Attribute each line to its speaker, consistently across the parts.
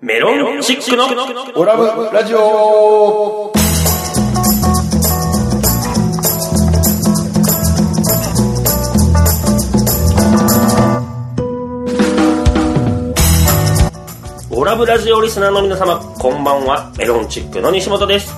Speaker 1: メロンチックの
Speaker 2: オラブラジオ
Speaker 1: オラブラジオリスナーの皆様こんばんはメロンチックの西本です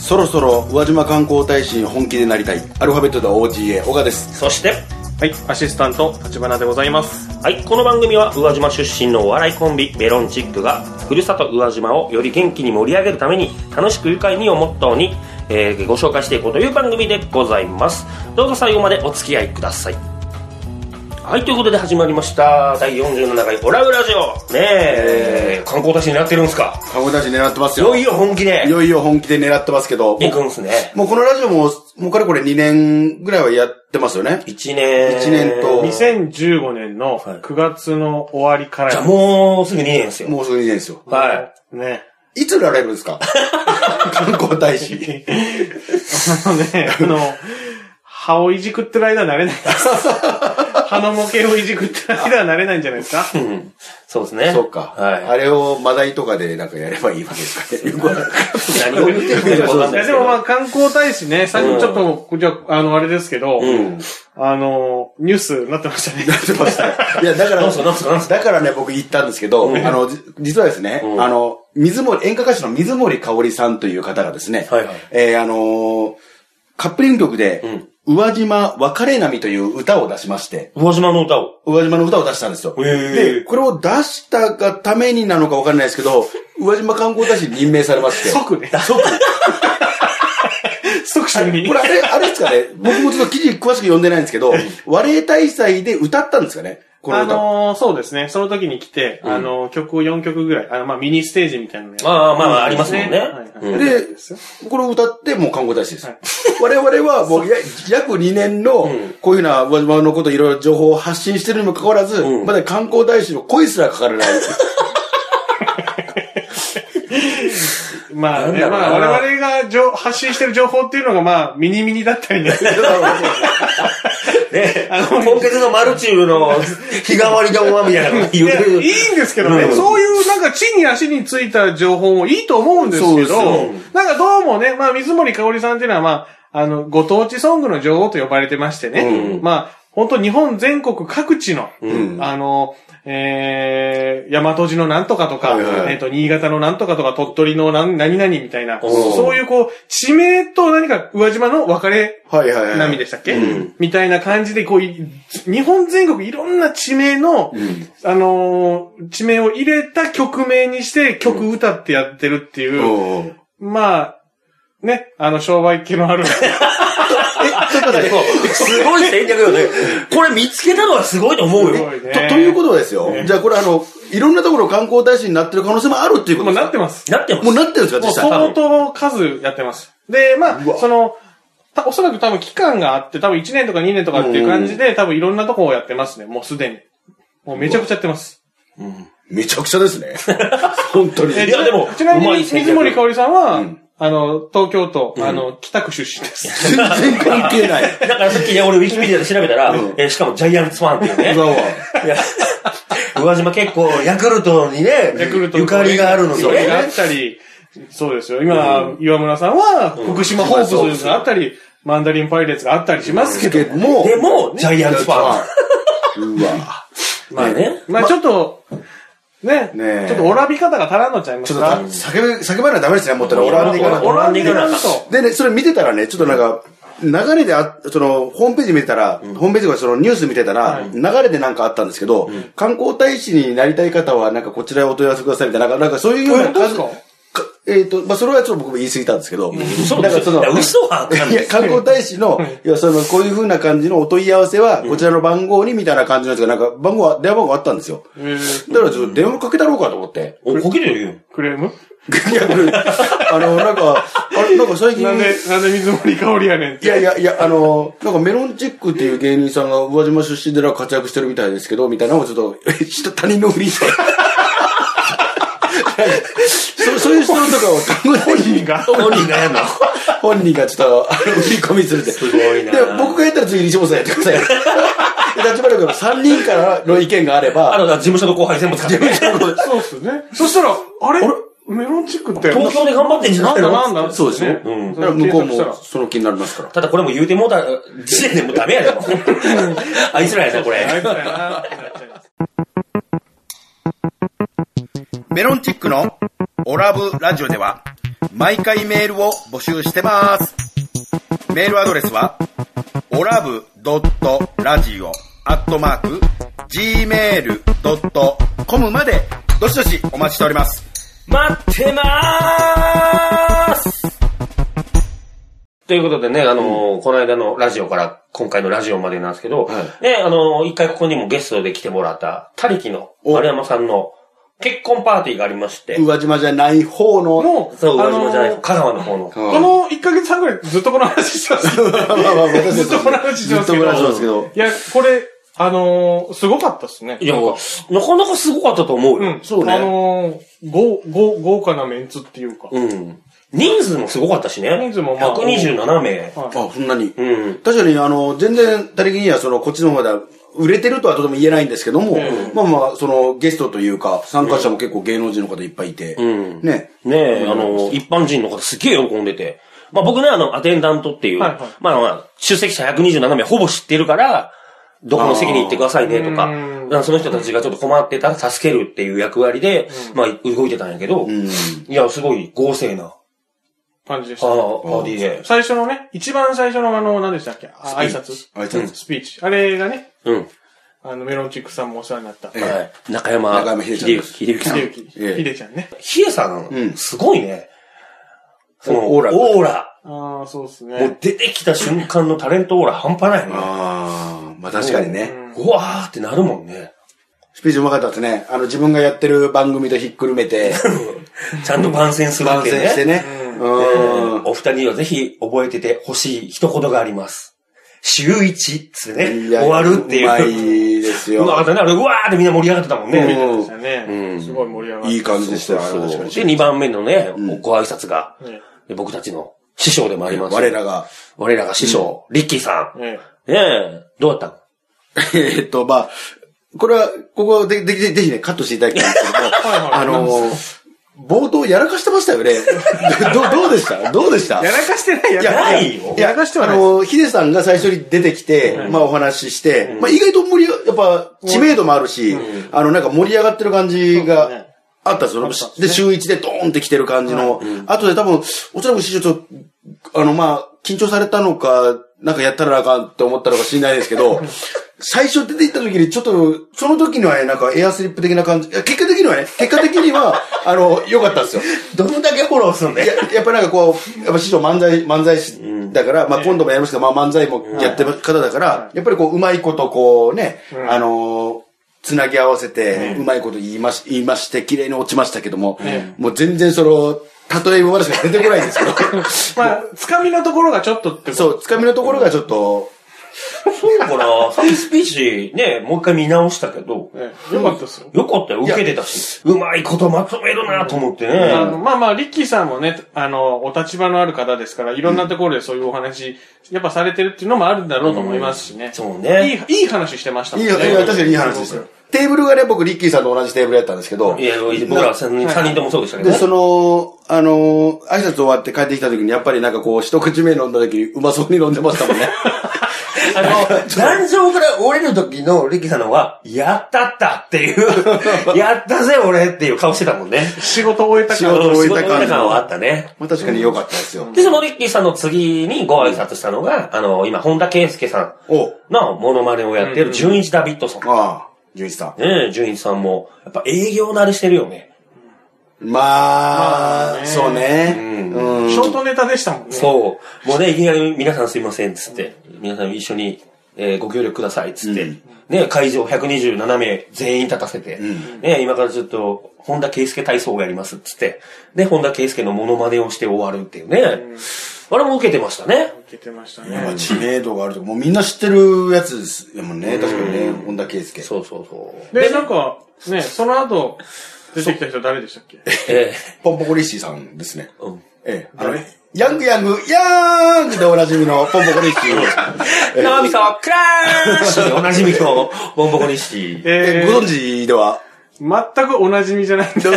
Speaker 2: そろそろ宇和島観光大使に本気でなりたいアルファベットで OGA 小川です
Speaker 1: そして
Speaker 3: はい、アシスタント、立花でございます。
Speaker 1: はいこの番組は宇和島出身のお笑いコンビメロンチックがふるさと宇和島をより元気に盛り上げるために楽しく愉快にをモットーに、えーご紹介していこうという番組でございますどうぞ最後までお付き合いくださいはいということで始まりました第47回オラブラジオねえ観光大使になってるんですか
Speaker 2: 観光大使狙ってます
Speaker 1: いよ
Speaker 2: よ
Speaker 1: いよ本気で
Speaker 2: いよいよ本気で狙ってますけど
Speaker 1: 行くんすね
Speaker 2: もうこのラジオももうかれこれ2年ぐらいはやってますよね
Speaker 1: 1年
Speaker 2: 一年と
Speaker 3: 2015年の
Speaker 1: はい
Speaker 3: 9月の終わりから、、
Speaker 1: じゃあもうすぐ2年ですよ。
Speaker 2: もうすぐ2年ですよ
Speaker 1: はい
Speaker 3: ね、
Speaker 2: いいつられるんです か観光大使
Speaker 3: あのね、あの、歯をいじくってる間は慣れないです。歯の模型をいじくってる間は慣れないんじゃないです か
Speaker 1: い。うん。そうですね。
Speaker 2: そうか、あ
Speaker 1: は
Speaker 2: れをマダイとかでなんかやればいいわけですかねよくわかんない
Speaker 1: い。何を言ってるかよくわかん
Speaker 3: い
Speaker 1: ないで
Speaker 3: や
Speaker 1: す
Speaker 3: で
Speaker 1: けど
Speaker 3: もまあ観光大使ね、さっきちょっと、じゃあ、あの、あれですけど、
Speaker 1: うん。
Speaker 3: あの、ニュースになってましたね。
Speaker 2: やってました。いや、だから、
Speaker 1: なんすかなんすかなんす
Speaker 2: だからね、僕言ったんですけど、あの、じ実はですね、
Speaker 1: うん
Speaker 2: あの、水森、演歌歌手の水森かおりさんという方がですね、
Speaker 1: はいはい
Speaker 2: えーあのーカップリング曲で、宇和島別れ波という歌を出しまして、
Speaker 1: 宇和島の歌を。
Speaker 2: 宇和島の歌を出したんですよ。
Speaker 1: へー
Speaker 2: で、これを出したがためになのかわかんないですけど、宇和島観光大使に任命されまして。
Speaker 3: 即ね。
Speaker 2: 即
Speaker 3: 即
Speaker 2: あ
Speaker 3: 死
Speaker 2: れ
Speaker 3: に
Speaker 2: こ。れあれ、あれですかね僕もちょっと記事詳しく読んでないんですけど、和礼大祭で歌ったんですかねこの
Speaker 3: あ
Speaker 2: 歌。
Speaker 3: のーそうですね。その時に来て、
Speaker 1: ん
Speaker 3: あのー曲を4曲ぐらい、あの、まあ、ミニステージみたいなのやって
Speaker 1: まあまあまあありますもんね
Speaker 3: はいはい
Speaker 1: うん
Speaker 2: で、これを歌ってもう観光大使です。我々はもうや約2年の
Speaker 1: ん
Speaker 2: こういうふうな上島のこといろいろ情報を発信してるにもかかわらず、
Speaker 1: うん
Speaker 2: まだ観光大使の声すら かからない。
Speaker 3: まあね、
Speaker 1: なんだろうな
Speaker 3: まあ、我々が情発信してる情報っていうのが、まあ、ミニミニだったりね。
Speaker 1: ね今月のマルチューの日替わりだわ、みたいなこと
Speaker 3: い
Speaker 1: 言う
Speaker 3: や
Speaker 1: て
Speaker 3: い
Speaker 1: る。
Speaker 3: いんですけどね、
Speaker 1: うん
Speaker 3: そういうなんか地に足についた情報もいいと思うんです
Speaker 2: そう
Speaker 3: け
Speaker 2: ですよ
Speaker 3: ど、なんかどうもね、まあ、水森かおりさんっていうのは、まあ、あの、ご当地ソングの女王と呼ばれてましてね、
Speaker 1: うん
Speaker 3: まあ、本当日本全国各地の、
Speaker 2: ん
Speaker 3: あの、えー、大和路のなんとかとか、
Speaker 2: はいはい
Speaker 3: えっ、と、新潟のなんとかとか、鳥取のなん何々みたいな、
Speaker 1: おー
Speaker 3: そういうこう、地名と何か宇和島の別れ
Speaker 2: はいはいはい。
Speaker 3: 波でしたっけ、
Speaker 1: うん
Speaker 3: みたいな感じで、こうい、日本全国いろんな地名の、
Speaker 2: うん
Speaker 3: あのー地名を入れた曲名にして曲歌ってやってるっていう、
Speaker 2: おうおう
Speaker 3: まあ、ね、あの、商売気のある。
Speaker 2: え、ちょっと待って。
Speaker 1: すごい戦略よね。これ見つけたのはすごいと思う
Speaker 3: す
Speaker 1: よ。
Speaker 3: ごいね
Speaker 2: とということはですよ、じゃあこれあの、いろんなところ観光大使になってる可能性もあるっていうこ
Speaker 3: も
Speaker 2: とです
Speaker 3: う
Speaker 2: か
Speaker 3: なってます。
Speaker 1: なってま
Speaker 2: もう
Speaker 1: す。
Speaker 2: なってるんですか
Speaker 3: もう
Speaker 2: 実際。
Speaker 3: 相当数やってます。で、まあ
Speaker 2: うわ、
Speaker 3: その、たおそらく多分期間があって、多分1年とか2年とかっていう感じで、多分いろんなとこをやってますね、もうすでに。もうめちゃくちゃやってます。
Speaker 2: めちゃくちゃですね。本当に。
Speaker 3: え
Speaker 1: いやでも
Speaker 3: ちなみ
Speaker 1: うまい
Speaker 3: に、
Speaker 1: ですね
Speaker 3: 水森かおりさんは、
Speaker 2: うん
Speaker 3: あの、東京都、あの、北区出身で
Speaker 2: 全
Speaker 3: す。
Speaker 2: 然関係ない。
Speaker 1: だからさっきね、俺ウィキペディアで調べたら、
Speaker 2: うん
Speaker 1: えーしかもジャイアンツファンっていうね
Speaker 2: う。わうわ
Speaker 1: いや宇和島結構ヤクルトにね、
Speaker 3: ヤクルト
Speaker 1: ゆかりがあるの
Speaker 3: ゆ
Speaker 1: で
Speaker 3: かり
Speaker 1: ね。
Speaker 3: があったり、そうですよ。今、岩村さんは、福島ホークスがあったり、マンダリンパイレーツがあったりしますけ
Speaker 2: けど、
Speaker 3: ど
Speaker 2: も、
Speaker 1: でも、ジャイアンツファン。
Speaker 2: うわ。
Speaker 1: まあね。
Speaker 3: まあちょっと、ね、
Speaker 2: ねえ
Speaker 3: ちょっとおらび方が足らんのちゃいま
Speaker 2: ちょ
Speaker 3: す
Speaker 2: っとな
Speaker 3: か
Speaker 2: 叫べ、叫ばないとダメですね、もったら。オランダか
Speaker 1: とオ
Speaker 2: ら。
Speaker 1: ランダ行かな
Speaker 2: でね、それ見てたらね、ちょっとなんか、流れであ、その、ホームページ見てたら、ホームページとかそのニュース見てたら、流れでなんかあったんですけど、観光大使になりたい方は、なんかこちらへお問い合わせくださいみたいな、なんかなんかそういうような
Speaker 3: え本当ですか
Speaker 2: かえっ、と、まあ、それはちょっと僕も言い過ぎたんですけど、
Speaker 1: 嘘
Speaker 2: なんかその
Speaker 1: いや、嘘はあかん
Speaker 2: い
Speaker 1: な
Speaker 2: や、
Speaker 1: い。
Speaker 2: 観光大使の、いや、その、こういう風な感じのお問い合わせは、こちらの番号に、みたいな感じのやつが、なんか、番号は、電話番号あったんですよ。
Speaker 3: えー
Speaker 2: だから、ちょっと電話かけたろうかと思 って。
Speaker 1: お、こけてるよ。
Speaker 3: クレーム
Speaker 2: いや、これあの、なんか、あれ、なんか最近、
Speaker 3: なんで、なんで水森かおりやねんっ
Speaker 2: い
Speaker 3: て。
Speaker 2: やいやいや、あの、なんかメロンチックっていう芸人さんが宇和島出身でなんか活躍してるみたいですけど、みたいなのをちょっと、人他人のふりして。そうそういう人とかを考え
Speaker 3: いいが。
Speaker 1: 本人がやんの。
Speaker 2: 本人がちょっと、あの、振り込みするって。
Speaker 1: すごいな
Speaker 2: で、僕がやったら次西本さんやってください。立花君の3人からの意見があれ
Speaker 1: あ
Speaker 2: ば、
Speaker 1: の、事務所の後輩全部使ってる。
Speaker 3: そうっすね。そしたら、あれメロンチックって。
Speaker 1: 東京で頑張ってんじゃないの
Speaker 3: なんだなんだ
Speaker 2: そうですね。
Speaker 1: うん
Speaker 2: だから向こう
Speaker 3: それ検索
Speaker 2: も
Speaker 3: し
Speaker 2: その気になりますから。
Speaker 1: ただこれも言うてもうた時点でもうダメやで、もうあいつらやぞ、これ。
Speaker 3: たらあいつだよなってなっちゃいます
Speaker 4: メロンチックのオラブラジオでは毎回メールを募集してます。メールアドレスはオラブドットラジオアットマーク gmail.com までどしどしお待ちしております。
Speaker 1: 待ってまーすということでね、あのーこの間のラジオから今回のラジオまでなんですけど、
Speaker 2: はい
Speaker 1: ね、あのー一回ここにもゲストで来てもらった、他力の
Speaker 2: お
Speaker 1: 丸山さんの結婚パーティーがありまして
Speaker 2: 宇、和島じゃない方の、
Speaker 3: もう、
Speaker 1: そう、宇
Speaker 3: あ
Speaker 1: 和
Speaker 3: の
Speaker 1: 島じゃない、香川の方の。
Speaker 2: うん
Speaker 3: この1ヶ月半ぐらいずっとこの話してます けど
Speaker 2: まあまあまあ私
Speaker 3: ずっとこの話し
Speaker 2: ず
Speaker 3: て
Speaker 2: っ
Speaker 3: ます
Speaker 2: と
Speaker 3: け
Speaker 2: ブラジ
Speaker 3: ど。
Speaker 2: ですけど。
Speaker 3: いや、これ、あのー、すごかったっすね。
Speaker 1: いや、なかなかすごかったと思う
Speaker 3: う
Speaker 1: よ
Speaker 3: ん。。
Speaker 2: そうね
Speaker 3: あのー、ご、ご、豪華なメンツっていうか。
Speaker 1: うん。人数もすごかったしね。
Speaker 3: 人数もまあ
Speaker 1: 127名。
Speaker 2: あ、そんなに。
Speaker 1: うん。
Speaker 2: 確かに、あの、全然、他力には、その、こっちの方では、売れてるとはとても言えないんですけども、まあまあ、その、ゲストというか、参加者も結構芸能人の方いっぱいいて、
Speaker 1: うん。
Speaker 2: ね。
Speaker 1: ねえ、あの、一般人の方すげえ喜んでて。まあ僕ね、あの、アテンダントっていう、
Speaker 3: はいはい
Speaker 1: まあまあ、出席者127名ほぼ知ってるから、どこの席に行ってくださいねとか、
Speaker 3: あーうん
Speaker 1: なんかその人たちがちょっと困ってたら助けるっていう役割で、まあ動いてたんやけど、
Speaker 2: うん。
Speaker 1: いや、すごい豪勢な、
Speaker 3: 感じでし
Speaker 1: パ
Speaker 3: た。
Speaker 1: ーパーティーで。
Speaker 3: 最初のね、一番最初のあの、何でしたっけあ挨拶
Speaker 2: あいつなんです。
Speaker 3: スピーチ。あれがね、
Speaker 1: うん。は
Speaker 3: あの、メロンチックさんもお世話になった。
Speaker 2: え
Speaker 1: い。中山、
Speaker 2: 中山秀ちゃんです
Speaker 1: 秀之さん
Speaker 3: 秀。樹。
Speaker 2: ええ
Speaker 3: 秀ちゃんね。
Speaker 1: ヒデさん、
Speaker 2: うん
Speaker 1: すごいね。その、
Speaker 2: オーラが
Speaker 1: オーラ。
Speaker 3: ああ、そうです
Speaker 1: もう
Speaker 3: ね。
Speaker 1: 出てきた瞬間のタレントオーラ半端ないね。
Speaker 2: ああ、まあ確かにね。
Speaker 1: うわーってなるもんね。
Speaker 2: スピーチうまかったですね。あの、自分がやってる番組とひっくるめて、
Speaker 1: ちゃんと番宣するっ
Speaker 2: 番
Speaker 1: て
Speaker 2: 宣して
Speaker 1: ね。
Speaker 2: ね。うん。
Speaker 1: お二人にはぜひ覚えててほしい一言があります。週一っつって
Speaker 2: い
Speaker 1: ね、
Speaker 2: や
Speaker 1: 終わるっていう。
Speaker 2: うまいです
Speaker 1: うまか
Speaker 2: よ。
Speaker 1: ったね。あれ、うわーってみんな盛り上がってたもんね。
Speaker 2: うん
Speaker 3: そうでしたね。すごい盛り上がった。
Speaker 2: いい感じでしたよ、あれ確かに。
Speaker 1: で、2番目のね、ご挨拶が、
Speaker 3: え
Speaker 1: 僕たちの師匠でもあります。
Speaker 2: 我ら。が。
Speaker 1: 我らが師匠、リッキーさん。
Speaker 3: え。え
Speaker 1: ねえ、どうだった
Speaker 2: えーっと、まあ、これは、ここで、で、ぜひね、カットしていただきたいんですけども、
Speaker 3: はいはい
Speaker 2: あのー、冒頭やらかしてましたよね。 ど、どうでしたどうでした
Speaker 3: やらかしてないや
Speaker 2: いや
Speaker 3: らか
Speaker 1: ないよ
Speaker 2: いや、
Speaker 3: やらかしてはない
Speaker 2: あのー、ヒデさんが最初に出てきて、まあお話しして、まあ意外と盛り、やっぱ知名度もあるし、あの、なんか盛り上がってる感じ
Speaker 3: そうです
Speaker 2: が
Speaker 3: ね
Speaker 2: あったんですよ。で週一でドーンって来てる感じの。あとで多分、おそらく師匠ちょっと、あの、まあ、緊張されたのか、なんかやったらあかんって思ったのか知んないですけど、最初出て行った時にちょっと、その時にはね、なんかエアスリップ的な感じ、いや結果的にはね、結果的には、あの、良かったんですよ。
Speaker 1: どんだけフォローすんだ
Speaker 2: いや、やっぱなんかこう、やっぱ師匠漫才、漫才師だから、まあ今度もやりますけど、まあ漫才もやってる方だから、やっぱりこう、うまいことこうね、
Speaker 3: ん
Speaker 2: あのー、つなぎ合わせて、うまいこと言いまし、言いまして、綺麗に落ちましたけども、もう全然その、例え話が出てこない んですけど、
Speaker 3: まあ、つかみのところがちょっとってこと
Speaker 2: そう、つかみのところがちょっと、
Speaker 1: そうかな。さっきスピーチね、もう一回見直したけど、
Speaker 3: ええよかったですよ。
Speaker 1: よかったよ、受けてたし。うまいことまとめるなと思って
Speaker 3: あ
Speaker 1: ね。
Speaker 3: のまあまあ、リッキーさんもね、あの、お立場のある方ですから、いろんなところでそういうお話、やっぱされてるっていうのもあるんだろうと思いますしね。
Speaker 1: そうね。
Speaker 3: いい、いい話してましたも
Speaker 2: い
Speaker 3: ん
Speaker 2: い、い
Speaker 3: ね。
Speaker 2: や確かにいい話ですよ。テーブルがね、僕、リッキーさんと同じテーブルやったんですけど、
Speaker 1: いや、僕ら3人三人ともそうでしたけど
Speaker 2: で、
Speaker 1: ね
Speaker 2: そ。の、あのー、挨拶終わって帰ってきた時に、やっぱりなんかこう、一口目飲んだ時に、うまそうに飲んでましたもんね。
Speaker 1: あの、壇上から降りる時のリキさんの方が、やったったって いう、やったぜ俺っていう顔してたもんね。
Speaker 3: 仕事終えた
Speaker 2: 仕
Speaker 3: から。
Speaker 2: 事を終
Speaker 1: 仕
Speaker 2: え
Speaker 1: 事
Speaker 2: た
Speaker 1: の
Speaker 2: 感じ
Speaker 1: 感はあ
Speaker 2: の。
Speaker 1: ったね。
Speaker 2: まあ確かに良かったですよ。
Speaker 1: で、そのリッキーさんの次にご挨拶したのが、あの、今、本田圭佑さ
Speaker 2: お
Speaker 1: んのモノマネをやってる、純一ダビッドソン。
Speaker 2: ああ、ゆういちさ
Speaker 1: ねえ、純一さんも、やっぱ営業慣れしてるよね。
Speaker 2: ん。まあ、そうね。うん。
Speaker 3: ショートネタでしたもんね。
Speaker 1: そう。もうね、いきなり皆さんすいません、つって。皆さん一緒に、えーご協力ください、つって。
Speaker 2: うん
Speaker 1: ね、会場127名全員立たせて。ね、今からちょっと、本田圭佑体操をやります、つって。で、本田圭佑のモノマネをして終わるっていうね。あれも受けてましたね。
Speaker 3: 受けてました
Speaker 2: やっぱ
Speaker 3: ね。
Speaker 2: 知名度があると、もうみんな知ってるやつですもんね。確かにね、本田圭佑。
Speaker 1: そうそうそう。
Speaker 3: で、なんか、ね、その後、出てきた人誰でしたっけ
Speaker 1: え
Speaker 2: ポンポコリッシーさんですね。
Speaker 1: ーうん。
Speaker 2: ええ、あの、ヤングヤング、ヤーングでおなじみ のポンポコリッキー。
Speaker 1: ナみそクラッシ ュでおなじみのボンボコニシティ。
Speaker 2: え
Speaker 3: え
Speaker 2: ご存知で は
Speaker 3: ー、全くお馴染みじゃないんで
Speaker 2: え
Speaker 3: す
Speaker 2: っ